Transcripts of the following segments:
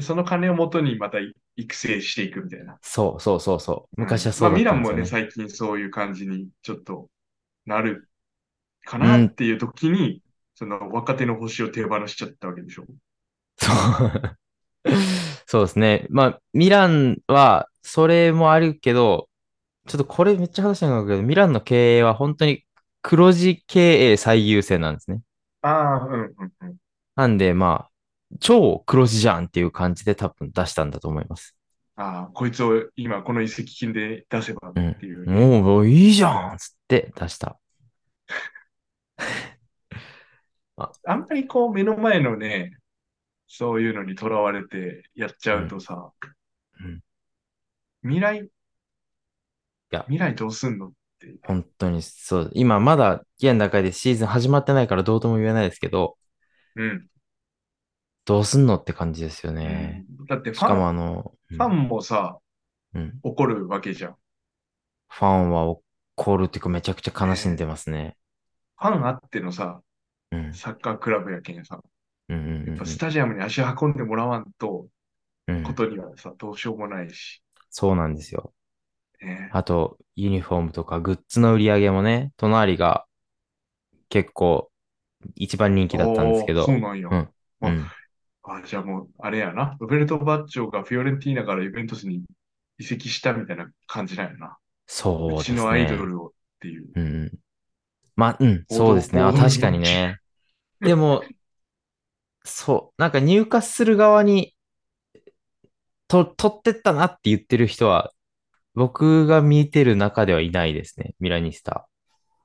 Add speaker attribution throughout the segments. Speaker 1: その金をもとにまた育成していくみたいな。
Speaker 2: そうそうそうそう。昔はそう
Speaker 1: ま
Speaker 2: だ
Speaker 1: あ、
Speaker 2: っ
Speaker 1: ミラ
Speaker 2: たん
Speaker 1: ン
Speaker 2: です
Speaker 1: も
Speaker 2: よ
Speaker 1: ね、
Speaker 2: ね。
Speaker 1: 最近そういう感じにちょっとなるか
Speaker 2: う
Speaker 1: なんっていう時に、その若手の星を手放しちゃったわけでしょ。
Speaker 2: そう。そう ですね。まあ、ミランは、それもあるけど、ちょっとこれめっちゃ話したいんだけど、ミランの経営は本当に黒字経営最優先なんですね。
Speaker 1: ああ、うんうんうん。
Speaker 2: なんで、まあ、超黒字じゃんっていう感じで多分出したんだと思います。
Speaker 1: ああ、こいつを今この移籍金で出せばっていう。
Speaker 2: もう、もういいじゃんっつって出した。
Speaker 1: あんまりこう目の前のね、そういうのにとらわれてやっちゃうとさ、
Speaker 2: うん
Speaker 1: 未来
Speaker 2: や、
Speaker 1: 未来どうすんの
Speaker 2: 本当にそう。今まだ現段階でシーズン始まってないからどうとも言えないですけど、
Speaker 1: うん。
Speaker 2: どうすんのって感じですよね。
Speaker 1: だってフ
Speaker 2: しか
Speaker 1: ァン
Speaker 2: もあの、
Speaker 1: ファンもさ、
Speaker 2: うんうん
Speaker 1: 怒るわけじゃん。
Speaker 2: ファンは怒るっていうかめちゃくちゃ悲しんでますね。
Speaker 1: ファンあってのさ、
Speaker 2: うん。
Speaker 1: サッカークラブやけんさ、
Speaker 2: うんうんうん
Speaker 1: や
Speaker 2: う
Speaker 1: っ
Speaker 2: ん
Speaker 1: ぱスタジアムに足運んでもらわんと、
Speaker 2: うん
Speaker 1: ことにはさ、どうしようもないし、
Speaker 2: そうなんですよ。
Speaker 1: ね、
Speaker 2: あと、ユニフォームとかグッズの売り上げもね、隣が結構一番人気だったんですけ
Speaker 1: お
Speaker 2: ど。
Speaker 1: ーそうなんや。
Speaker 2: うん
Speaker 1: あ
Speaker 2: うん
Speaker 1: あ、じゃあもう、あれやな。ロベルト・バッチョがフィオレンティーナからユベントスに移籍したみたいな感じなんやな。
Speaker 2: そう
Speaker 1: う
Speaker 2: です
Speaker 1: ち
Speaker 2: ね。
Speaker 1: のアイドルをっていう。
Speaker 2: うんうん。まあ、うん、そうですね。
Speaker 1: 王
Speaker 2: あ、
Speaker 1: 道王道
Speaker 2: 確かにね。でも、そう、なんか入荷する側に、と、取ってったなって言ってる人は、僕が見てる中ではいないですね。ミラニスタ。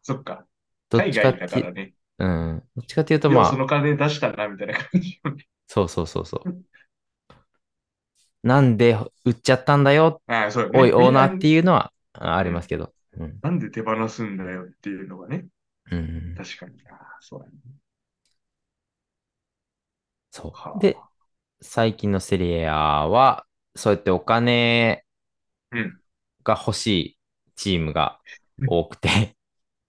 Speaker 1: そっか。
Speaker 2: どっ
Speaker 1: 海
Speaker 2: ちか
Speaker 1: 外
Speaker 2: っ
Speaker 1: だ
Speaker 2: て、
Speaker 1: からね。
Speaker 2: うん。どっちかっていうと、
Speaker 1: でも
Speaker 2: ま
Speaker 1: そ
Speaker 2: あ、
Speaker 1: の金出したな、みたいな感じ。
Speaker 2: そうそうそうそう。なんで売っちゃったんだよ、
Speaker 1: ああ、そうよね。
Speaker 2: おい、オーナーって
Speaker 1: いう。
Speaker 2: いうのはあありますけど。うん。
Speaker 1: なんで手放すんだよっていうのがね。
Speaker 2: うん。
Speaker 1: 確かに。ああ、そうやね。
Speaker 2: そ
Speaker 1: はあ
Speaker 2: う。で、最近のセリエ A は、そうやってお金
Speaker 1: うん
Speaker 2: が欲しいチームが多くて、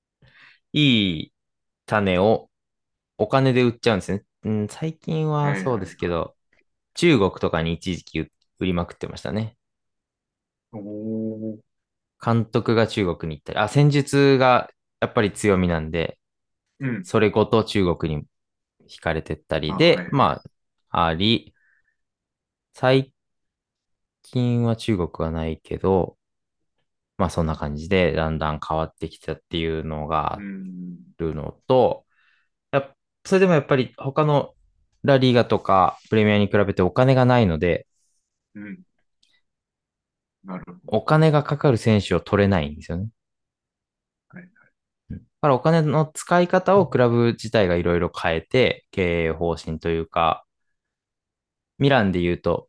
Speaker 2: いい種をお金で売っちゃうんですね。うん、最近はそうですけど、中国とかに一時期売売りまくってましたね。
Speaker 1: おー
Speaker 2: 監督が中国に行ったり、あ、戦術がやっぱり強みなんで、
Speaker 1: うん。
Speaker 2: それごと中国に惹かれてったり
Speaker 1: あ
Speaker 2: で、
Speaker 1: はい
Speaker 2: まあ、あり、最近は中国はないけど、まあそんな感じでだんだん変わってきたっていうのがあ
Speaker 1: うん。
Speaker 2: るのと、やっそれでもやっぱり他のラリーガとかプレミアに比べてお金がないので、
Speaker 1: うん。なるほど。
Speaker 2: お金がかかる選手を取れないんですよね。
Speaker 1: はいは
Speaker 2: うんだからお金の使い方をクラブ自体がいろいろ変えて、経営方針というか、ミランで言うと、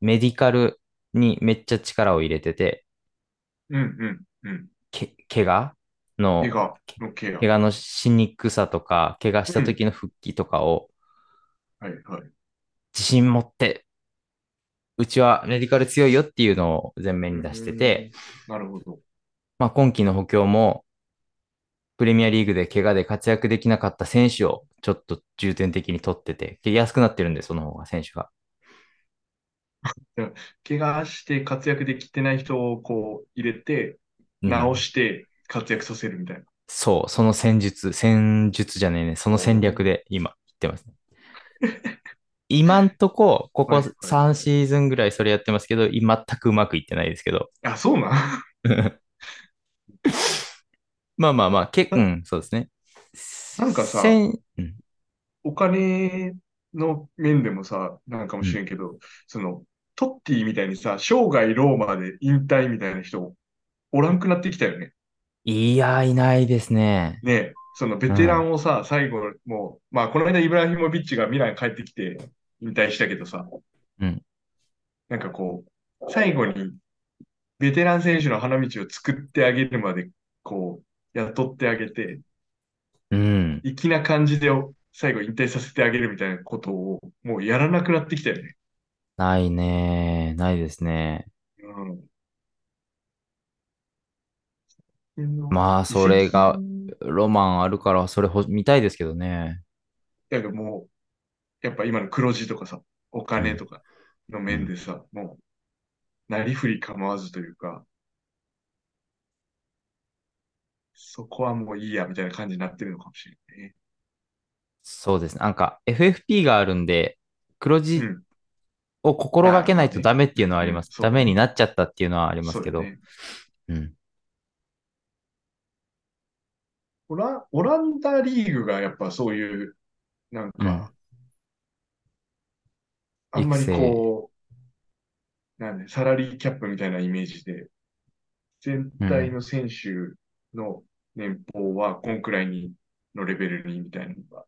Speaker 2: メディカルにめっちゃ力を入れてて、
Speaker 1: うんうんうん。
Speaker 2: け、怪我の、
Speaker 1: 怪我のケア。
Speaker 2: 怪我のしにくさとか、怪我した時の復帰とかを
Speaker 1: はいはい。
Speaker 2: 自信持って、うちはメディカル強いよっていうのを前面に出してて、
Speaker 1: うん。なるほど。
Speaker 2: まあ、今季の補強も、プレミアリーグで怪我で活躍できなかった選手をちょっと重点的に取ってて、で安くなってるんで、その方が選手が。
Speaker 1: 怪我して活躍できてない人をこう入れて、
Speaker 2: うん
Speaker 1: 直して活躍させるみたいな。
Speaker 2: そう、その戦術、戦術じゃねえね、その戦略で今言ってますね。 今んとこ、ここ
Speaker 1: はいはい
Speaker 2: 3シーズンぐらいそれやってますけど、全くうまくいってないですけど。
Speaker 1: あ、そうなん
Speaker 2: まあまあまあ、けうん、そうですね。
Speaker 1: なんかさ
Speaker 2: せんうん
Speaker 1: お金の面でもさ、なんかもしれんけど、その、トッティみたいにさ、生涯ローマで引退みたいな人、おらんくなってきたよね。
Speaker 2: いや、いないですね。
Speaker 1: ねえそのベテランをさ、最後、もう、まあ、この間、イブラヒモビッチがミランに帰ってきて、引退したけどさ、
Speaker 2: うん
Speaker 1: なんかこう、最後に、ベテラン選手の花道を作ってあげるまで、こう、雇ってあげて、
Speaker 2: うん。
Speaker 1: 粋な感じで最後引退させてあげるみたいなことを、もうやらなくなってきたよね。
Speaker 2: ないね。ないですね。
Speaker 1: うん。
Speaker 2: まあ、それが
Speaker 1: 遺跡、
Speaker 2: ロマンあるから、それほ見たいですけどね。
Speaker 1: なんかもう、やっぱ今の黒字とかさ、お金とかの面でさ、もう、なりふり構わずというか、そこはもういいや、みたいな感じになってるのかもしれないね。
Speaker 2: そうですね。なんか FFP があるんで、黒字
Speaker 1: うん。
Speaker 2: を心がけないとダメっていうのはあります。
Speaker 1: うんそう
Speaker 2: ダメになっちゃったっていうのはあります
Speaker 1: そう
Speaker 2: け
Speaker 1: よ
Speaker 2: ど。
Speaker 1: ね。
Speaker 2: うん。
Speaker 1: オラ、オランダリーグがやっぱそういう、なん
Speaker 2: うん
Speaker 1: か、あんまり
Speaker 2: 育成
Speaker 1: こう、なんで、サラリーキャップみたいなイメージで、全体の選手の年俸はこんくらいにのレベルにみたいなのが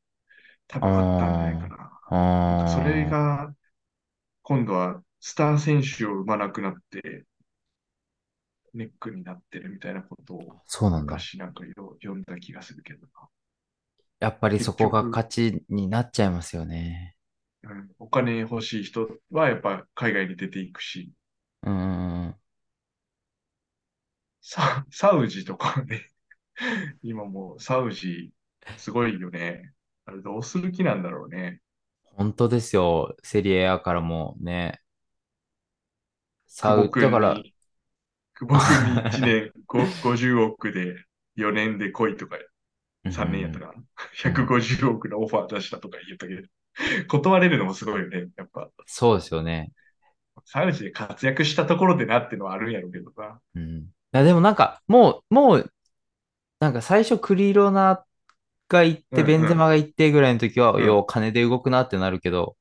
Speaker 1: 多分あったんじゃないかな。なん
Speaker 2: あ
Speaker 1: か
Speaker 2: ー
Speaker 1: それが、今度はスター選手を生まなくなって、ネックになってるみたいなことを
Speaker 2: そうなんだ。
Speaker 1: 昔なんかよ読んだ気がするけど
Speaker 2: やっぱりそこが
Speaker 1: 結局
Speaker 2: 価値になっちゃいますよね。
Speaker 1: な、うんお金欲しい人はやっぱ海外に出ていくし、
Speaker 2: うんうんうん。
Speaker 1: サ、サウジとかね、 今もうサウジすごいよね。あれどうする気なんだろうね。
Speaker 2: 本当ですよ。セリエ A からもね。サ
Speaker 1: 久
Speaker 2: ウ
Speaker 1: 保君
Speaker 2: だから、
Speaker 1: に、久保君に1年5 50億で4年で来いとか3年やった
Speaker 2: ら。
Speaker 1: ら、150億のオファー出したとか言ったけど、断れるのもすごいよね。やっぱ、
Speaker 2: そうですよね。
Speaker 1: サウジで活躍したところでなってのはあるんやろうけどな。
Speaker 2: うん。いや、でもなんか、もう、もう、なんか最初クリロナが行っ
Speaker 1: うんう
Speaker 2: て、
Speaker 1: ん
Speaker 2: ベンゼマが行ってぐらいの時は、
Speaker 1: うん
Speaker 2: よう、金で動くなってなるけど、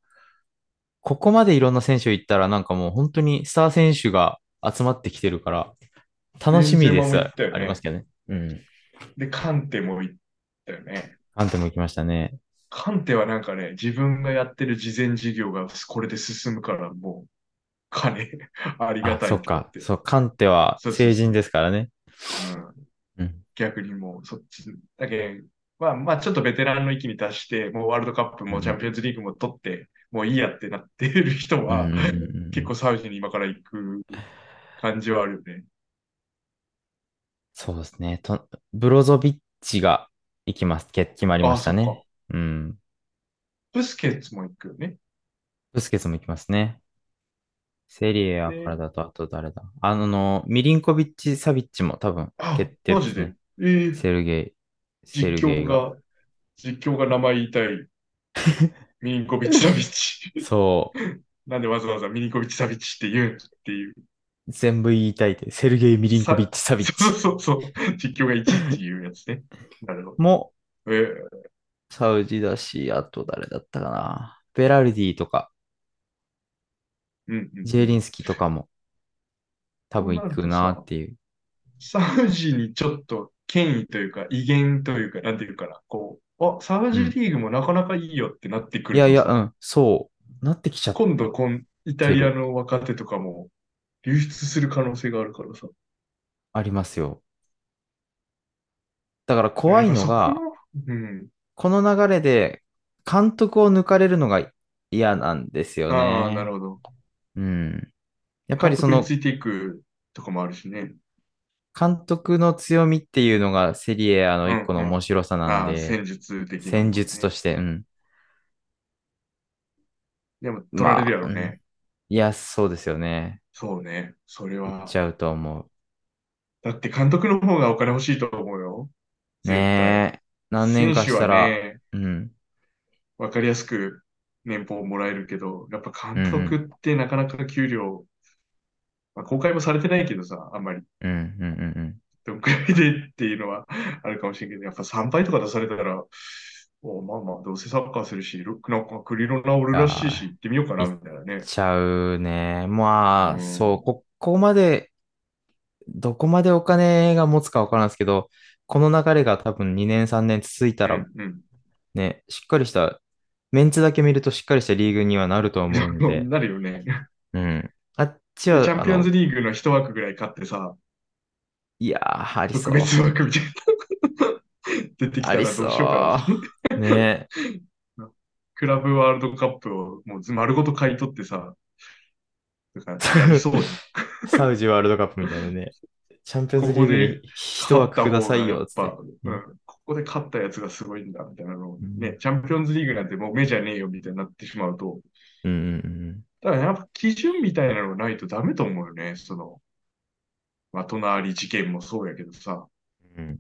Speaker 2: ここまでいろんな選手行ったら、なんかもう本当にスター選手が集まってきてるから、楽しみで
Speaker 1: ベ
Speaker 2: す。
Speaker 1: ンゼマも行ったよね
Speaker 2: ありますけどね。うん。
Speaker 1: で、カンテも行ったよね。
Speaker 2: アンテも行きましたね。
Speaker 1: カンテはなんかね、自分がやってる事前事業がこれで進むから、もう、金ありが
Speaker 2: あ、
Speaker 1: たい
Speaker 2: そ
Speaker 1: と
Speaker 2: っ
Speaker 1: 思
Speaker 2: か
Speaker 1: っ。て。
Speaker 2: そう、カンテは
Speaker 1: そうそう
Speaker 2: 成人ですからね。
Speaker 1: うん
Speaker 2: うん。
Speaker 1: 逆にもう、そっち、だけどまあ、まあ、ちょっとベテランの域に達して、もうワールドカップ
Speaker 2: う
Speaker 1: も
Speaker 2: ん
Speaker 1: チャンピオンズリーグも取って、もういいやってなってる人は、
Speaker 2: うんうんうんう ん
Speaker 1: 結構サウジに今から行く感じはあるよね。
Speaker 2: そうですね。と、ブロゾビッチが行きます。決決まりました
Speaker 1: あそっか
Speaker 2: ね。うん。
Speaker 1: ブスケッツも行くよね。
Speaker 2: ブスケツも行きますね。セリエ A
Speaker 1: で
Speaker 2: からだと、あと誰だあの、ミリンコビッチ・サビッチも多分
Speaker 1: あ
Speaker 2: 決定
Speaker 1: マ
Speaker 2: で
Speaker 1: ジ
Speaker 2: すね
Speaker 1: で。。ええ
Speaker 2: セルゲイ、セル
Speaker 1: 実
Speaker 2: ゲイ
Speaker 1: 況
Speaker 2: が。
Speaker 1: が、実況が名前言い たい。ミリンコビッチ・サビッチ。
Speaker 2: そう。
Speaker 1: なんでわざわざミリンコビッチ・サビッチって言うんっていう。
Speaker 2: 全部言いたいって。セルゲイ・ミリンコビッチ・サビッチ
Speaker 1: そうそうそう。実況がいちいち言うやつね。 なるほど。
Speaker 2: も
Speaker 1: えー
Speaker 2: サウジだし、あと誰だったかな。ベラルディとか、
Speaker 1: うんうん、
Speaker 2: ジェリンスキとかも多分行くなっていう。
Speaker 1: サウジにちょっと権威というか、威厳というか、なんていうかな、こう、あ、サウジリーグもなかなかいいよってなってく
Speaker 2: い
Speaker 1: る。
Speaker 2: やいや、うん、そう。なってきちゃった。
Speaker 1: 今度こん、イタリアの若手とかも流出する可能性があるからさ。
Speaker 2: ありますよ。だから怖いの
Speaker 1: そ、
Speaker 2: が
Speaker 1: この、うん。
Speaker 2: この流れで監督を抜かれるのが嫌なんですよね。
Speaker 1: ああ、なるほど。
Speaker 2: うん。や
Speaker 1: や
Speaker 2: っぱりその
Speaker 1: ついていくとかもあるしね。
Speaker 2: 監督の強みっていうのがセリエアの一個の
Speaker 1: うんうん
Speaker 2: 面白さな
Speaker 1: あ
Speaker 2: ん
Speaker 1: あ、
Speaker 2: で、
Speaker 1: 戦術的な、
Speaker 2: 戦術と
Speaker 1: して。
Speaker 2: して、うん。
Speaker 1: でも、取られるやろ
Speaker 2: まあう
Speaker 1: ね。
Speaker 2: いや、そうですよね。
Speaker 1: そうね。それ
Speaker 2: 言
Speaker 1: は
Speaker 2: っ。ちゃうと思
Speaker 1: だって監督の方がお金欲しいと思うよ。
Speaker 2: う。
Speaker 1: 絶対
Speaker 2: ねえ。何年かしたら、
Speaker 1: 選手はね、
Speaker 2: うん。
Speaker 1: わかりやすく年俸をもらえるけど、やっぱ監督ってなかなか給料、まあ、公開もされてないけどさ、あんまり、
Speaker 2: うん、うん、うんうん。
Speaker 1: どんくらいでっていうのは あるかもしれんけど、やっぱ3倍とか出されたら、おまあまあ、どうせサッカーするし、ロなんかクリロナおるらしいし、行ってみようかな、みたいなね。
Speaker 2: ちゃうね。まあ、
Speaker 1: うん
Speaker 2: そう、こここまで、どこまでお金が持つかわからんですけど、この流れが多分2年3年続いた
Speaker 1: う
Speaker 2: ら
Speaker 1: んうん
Speaker 2: ね、しっかりした、メンツだけ見るとしっかりしたリーグにはなると思うんで、
Speaker 1: なるよね。
Speaker 2: うん。あっち
Speaker 1: チ
Speaker 2: は、
Speaker 1: ャンピオンズ
Speaker 2: あの
Speaker 1: リーグの一枠ぐらい勝ってさ、
Speaker 2: いやー、ありそ
Speaker 1: 特
Speaker 2: う。
Speaker 1: 別枠みたいな。出てきた
Speaker 2: あ
Speaker 1: らど
Speaker 2: り
Speaker 1: うしようかな。
Speaker 2: そう。ね。
Speaker 1: クラブワールドカップをもう丸ごと買い取って さ、だからやりそう
Speaker 2: サウジワールドカップみたいなね。チャンピオンズリーグに一
Speaker 1: 勝った
Speaker 2: 枠
Speaker 1: 方
Speaker 2: く
Speaker 1: が
Speaker 2: ださい
Speaker 1: や
Speaker 2: よ
Speaker 1: っ、
Speaker 2: つ
Speaker 1: ぱ
Speaker 2: って。
Speaker 1: うんここで勝ったやつがすごいんだ、みたいなのを、
Speaker 2: うん
Speaker 1: ね、チャンピオンズリーグなんてもう目じゃねえよ、みたいになってしまうと、
Speaker 2: うんうん
Speaker 1: だからやっぱ基準みたいなのがないとダメと思うよね。その、まあ、隣事件もそうやけどさ、
Speaker 2: うん。うん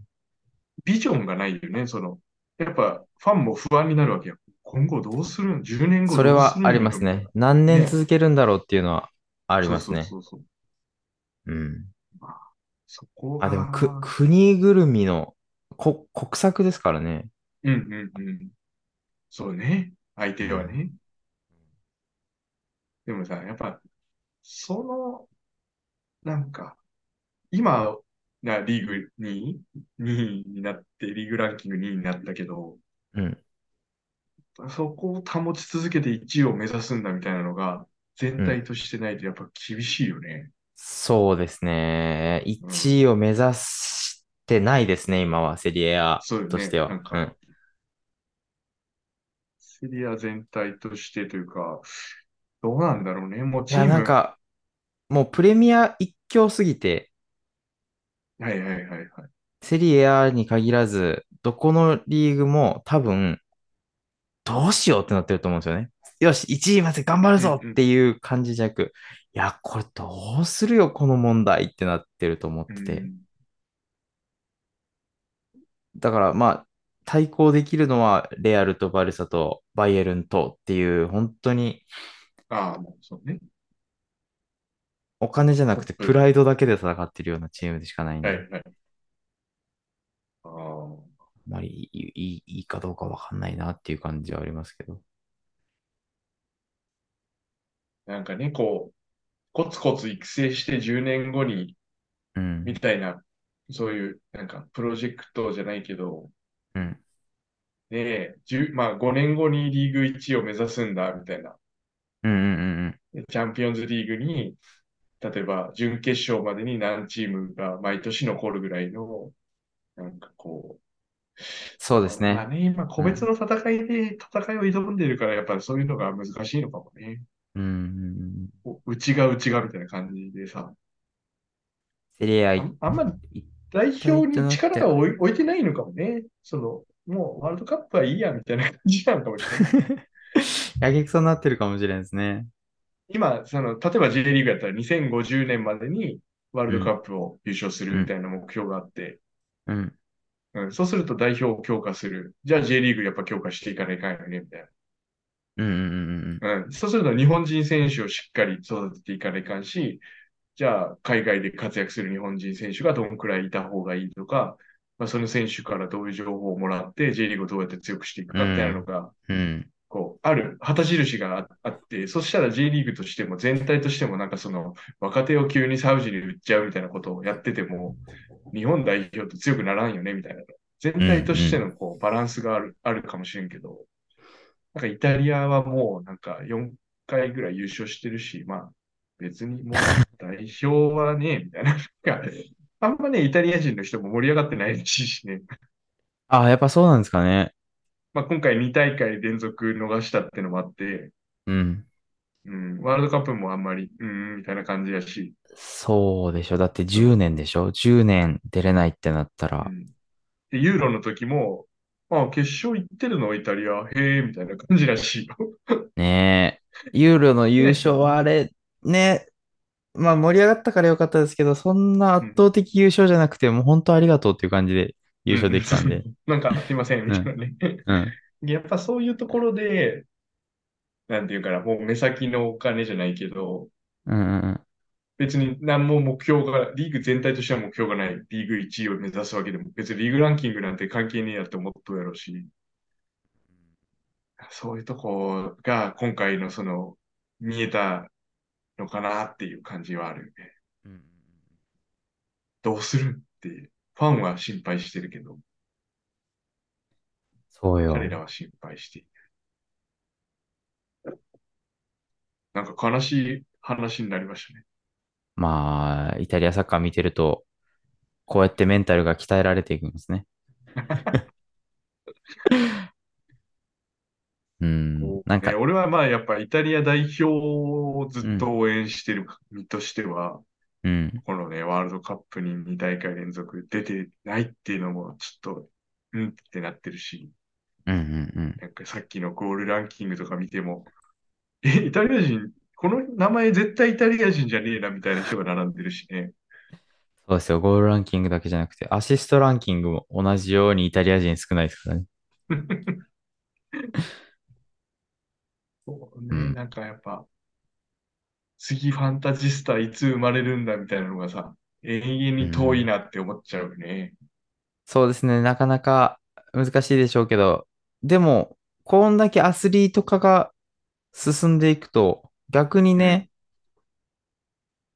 Speaker 1: ビジョンがないよね。その、やっぱファンも不安になるわけよ。今後どうするん ?10 年後
Speaker 2: そ
Speaker 1: ど
Speaker 2: れ
Speaker 1: うす
Speaker 2: は
Speaker 1: るん
Speaker 2: あ
Speaker 1: や
Speaker 2: り
Speaker 1: ろ
Speaker 2: ますね。何年
Speaker 1: ね
Speaker 2: 続けるんだろうっていうのはあ
Speaker 1: あ
Speaker 2: りますね。
Speaker 1: そうそうそう
Speaker 2: うん。
Speaker 1: そう。まあ、そこが
Speaker 2: あ、でもく、国ぐるみの、こ、国策ですからね。
Speaker 1: うんうんうん。そうね。相手はね。でもさ、やっぱ、その、なんか、今、なリーグ2位 ?2 位になって、リーグランキング2位になったけど、
Speaker 2: うん。
Speaker 1: そこを保ち続けて1位を目指すんだみたいなのが、全体としてないとやっぱ厳しいよね。
Speaker 2: そうですね。1位を目指してないですね、今は、セリエ A
Speaker 1: そうよ
Speaker 2: と
Speaker 1: ね。
Speaker 2: しては。
Speaker 1: なん
Speaker 2: う
Speaker 1: か、
Speaker 2: ん。
Speaker 1: セリア全体としてというか、どうなんだろうね。もう
Speaker 2: い
Speaker 1: チー
Speaker 2: や、
Speaker 1: ム。
Speaker 2: なんか、もうプレミア一強すぎて、
Speaker 1: はいはいはいはい。
Speaker 2: セリエ A に限らず、どこのリーグも多分、どうしようってなってると思うんですよね。よし、1位まで頑張るぞ
Speaker 1: うんうん
Speaker 2: っていう感じじゃなく、いや、これどうするよ、この問題ってなってると思っ
Speaker 1: う
Speaker 2: てて。
Speaker 1: ん、
Speaker 2: だから、まあ、対抗できるのは、レアルとバルサとバイエルンとっていう、本当に
Speaker 1: ああ、もうそうね。
Speaker 2: お金じゃなくて
Speaker 1: うん
Speaker 2: プライドだけで戦ってるようなチームでしかないんで、
Speaker 1: は
Speaker 2: あ
Speaker 1: いはい。ああ。
Speaker 2: んまりいいいいいいかどうかわかんないなっていう感じはありますけど。
Speaker 1: なんかね、こう、コツコツ育成して10年後に、
Speaker 2: うん。
Speaker 1: みたいな、そういう、なんか、プロジェクトじゃないけど、
Speaker 2: うん。
Speaker 1: ねえ、10まあ、5年後にリーグ1位を目指すんだ、みたいな。
Speaker 2: うんうんうんうん。
Speaker 1: でチャンピオンズリーグに、例えば、準決勝までに何チームが毎年残るぐらいの、なんかこ
Speaker 2: そう
Speaker 1: う、
Speaker 2: です
Speaker 1: まあ
Speaker 2: ね。
Speaker 1: ね、今、個別の戦いで、戦いを挑んでるから、やっぱりそういうのが難しいのかもね。
Speaker 2: うんうんうん。
Speaker 1: こううちがうちがみたいな感じでさ、
Speaker 2: セリエ A
Speaker 1: あんあんまり
Speaker 2: い
Speaker 1: 代表に力が置い置いてないのかもね。その、もうワールドカップはいいやみたいな感じなのかもしれ ない。
Speaker 2: やけくそになってるかもしれんですね。
Speaker 1: 今、その、例えば J リーグやったら2050年までにワールドカップを優勝するみたいな目標があって、
Speaker 2: うん。
Speaker 1: うん、そうすると代表を強化する。じゃあ J リーグやっぱ強化していかないかんよね、みたい
Speaker 2: うんうんうんうん。
Speaker 1: な。うん、そうすると日本人選手をしっかり育てていかないかんし、じゃあ海外で活躍する日本人選手がどんくらいいた方がいいとか、まあ、その選手からどういう情報をもらって、J リーグをどうやって強くしていくかみたいなのが、
Speaker 2: うん。
Speaker 1: こう、ある旗印がああって、そしたら J リーグとしても全体としてもなんかその若手を急にサウジに売っちゃうみたいなことをやってても、日本代表と強くならんよねみたいな。全体としてのこうバランスがある、あるかもしれんけど、なんかイタリアはもうなんか4回ぐらい優勝してるし、まあ別にもう代表はね、みたいな。なんかあんまね、イタリア人の人も盛り上がってないらしいしね。
Speaker 2: ああ、やっぱそうなんですかね。
Speaker 1: まあ今回2大会連続逃したってのもあって、
Speaker 2: うん。
Speaker 1: うん、ワールドカップもあんまり、うーん、みたいな感じだし、
Speaker 2: そうでしょ。だって10年でしょ ?10 年出れないってなった
Speaker 1: う
Speaker 2: ら。
Speaker 1: ん、で、ユーロの時も、あ、決勝行ってるのイタリア、へえ、みたいな感じらしいよ。
Speaker 2: ねえ。ユーロの優勝はあれ、ねまあ盛り上がったからよかったですけど、そんな圧倒的優勝じゃなくて、もう本当ありがとうっていう感じで優勝できたんで。
Speaker 1: なんか、すいません、みたいなね。
Speaker 2: うん。
Speaker 1: やっぱそういうところで、なんていうかな、もう目先のお金じゃないけど、
Speaker 2: うんうんうん。
Speaker 1: 別に何も目標が、リーグ全体としては目標がない、リーグ1位を目指すわけでも、別にリーグランキングなんて関係ねえやって思っとうやろうし、そういうとこが今回のその、見えたのかなっていう感じはあるよね。
Speaker 2: うん
Speaker 1: どうするって、ファンは心配してるけど、
Speaker 2: そうよ。
Speaker 1: 彼らは心配している。なんか悲しい話になりましたね。
Speaker 2: まあ、イタリアサッカー見てると、こうやってメンタルが鍛えられていくんです ね。うん
Speaker 1: こ。う
Speaker 2: なんか
Speaker 1: ね、俺はまあやっぱイタリア代表をずっと応援してる身としては、
Speaker 2: うん。
Speaker 1: このね、ワールドカップに2大会連続出てないっていうのもちょっと、うんってなってるし、
Speaker 2: うんうんうん。
Speaker 1: なんかさっきのゴールランキングとか見ても、え、イタリア人、この名前絶対イタリア人じゃねえなみたいな人が並んでるしね。
Speaker 2: そうですよ。ゴールランキングだけじゃなくて、アシストランキングも同じようにイタリア人少ないですからね。
Speaker 1: そう
Speaker 2: う
Speaker 1: ね、
Speaker 2: ん
Speaker 1: なんかやっぱ、次ファンタジスタいつ生まれるんだみたいなのがさ、永遠に遠いなって思っちゃうよね。
Speaker 2: そうですね。なかなか難しいでしょうけど、でも、こんだけアスリート化が進んでいくと、逆にね、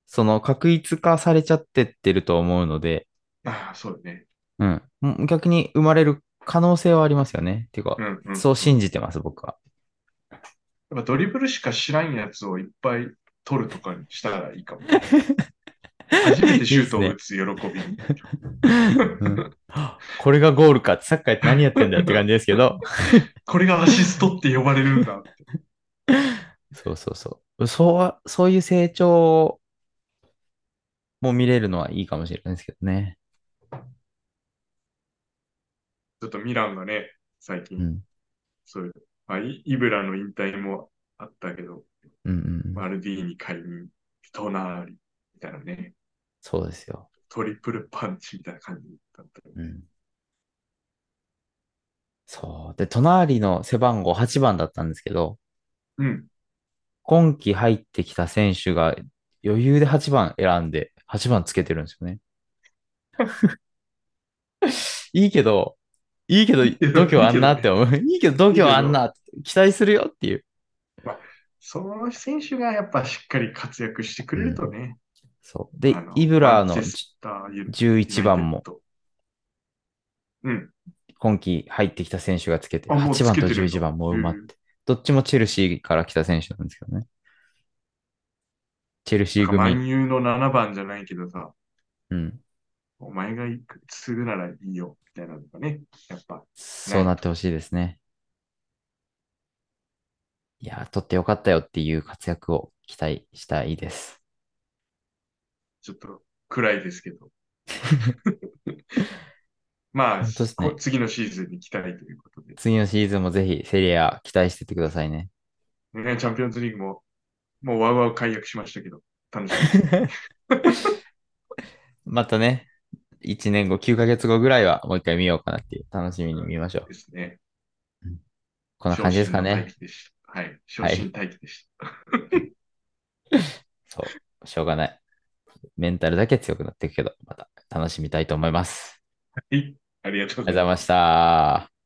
Speaker 2: その確一化されちゃってってると思うので、
Speaker 1: ああ、そうだね。
Speaker 2: うん。もう逆に生まれる可能性はありますよね。っていうか
Speaker 1: う、んうん。
Speaker 2: そう信じてます、僕は。
Speaker 1: やっぱドリブルしか知らんやつをいっぱい取るとかにしたらいいか も。初めてシュートを打つ喜び。
Speaker 2: うんこれがゴールかって、サッカーやって何やってんだよって感じですけど、
Speaker 1: これがアシストって呼ばれるんだって。
Speaker 2: そうそうそう。そうは、そういう成長も見れるのはいいかもしれないですけどね。
Speaker 1: ちょっとミランがね、最
Speaker 2: う
Speaker 1: 近、
Speaker 2: ん。
Speaker 1: そういう、まあ、イイブラの引退もあったけど、
Speaker 2: うんうんうん。
Speaker 1: マルディーニ解任、トナーリみたいなね、
Speaker 2: そうですよ。
Speaker 1: トリプルパンチみたいな感じだったよね。
Speaker 2: うん。そう。で、隣の背番号8番だったんですけど、
Speaker 1: うん。
Speaker 2: 今季入ってきた選手が余裕で8番選んで、8番つけてるんですよね。いいけど、いいけど
Speaker 1: いけ、ど
Speaker 2: 度胸あんなって思う。いいけど、度胸あんなって期待するよっていう。
Speaker 1: その選手がやっぱしっかり活躍してくれるとね。
Speaker 2: そう。で
Speaker 1: あの、
Speaker 2: イブラーの
Speaker 1: マンチェスターユナイテッ
Speaker 2: 11
Speaker 1: ド
Speaker 2: 番も。
Speaker 1: うん。
Speaker 2: 今季入ってきた選手がつけて、
Speaker 1: あもう
Speaker 2: 8番と
Speaker 1: つけてる
Speaker 2: 11番も埋まっ
Speaker 1: うん
Speaker 2: て、どっちもチェルシーから来た選手なんですけどね。チェルシー
Speaker 1: マ
Speaker 2: 組。
Speaker 1: ンユーの7番じゃないけどさ、
Speaker 2: うん。
Speaker 1: お前が行く継ぐならいいよ、みたいなのがね。やっぱ、
Speaker 2: そうなってほしいですね。いやー、取ってよかったよっていう活躍を期待したいです。
Speaker 1: ちょっと暗いですけど。 まあ、
Speaker 2: 本当ですね
Speaker 1: こ次のシーズンに期待ということで。
Speaker 2: 次のシーズンもぜひセリア期待しててくださいね。
Speaker 1: ね、チャンピオンズリーグも、もうワウワウ解約しましたけど、楽しみ。
Speaker 2: またね、1年後、9ヶ月後ぐらいはもう一回見ようかなっていう、楽しみに見ましょう。
Speaker 1: ですね。
Speaker 2: こんな感じですか
Speaker 1: 昇進の
Speaker 2: ね
Speaker 1: 待。機でしたはい。昇進待機でした。
Speaker 2: そう、しょうがない。メンタルだけ強くなっていくけど、また楽しみたいと思います。
Speaker 1: はい。ありがとうございます
Speaker 2: ありがとうございました。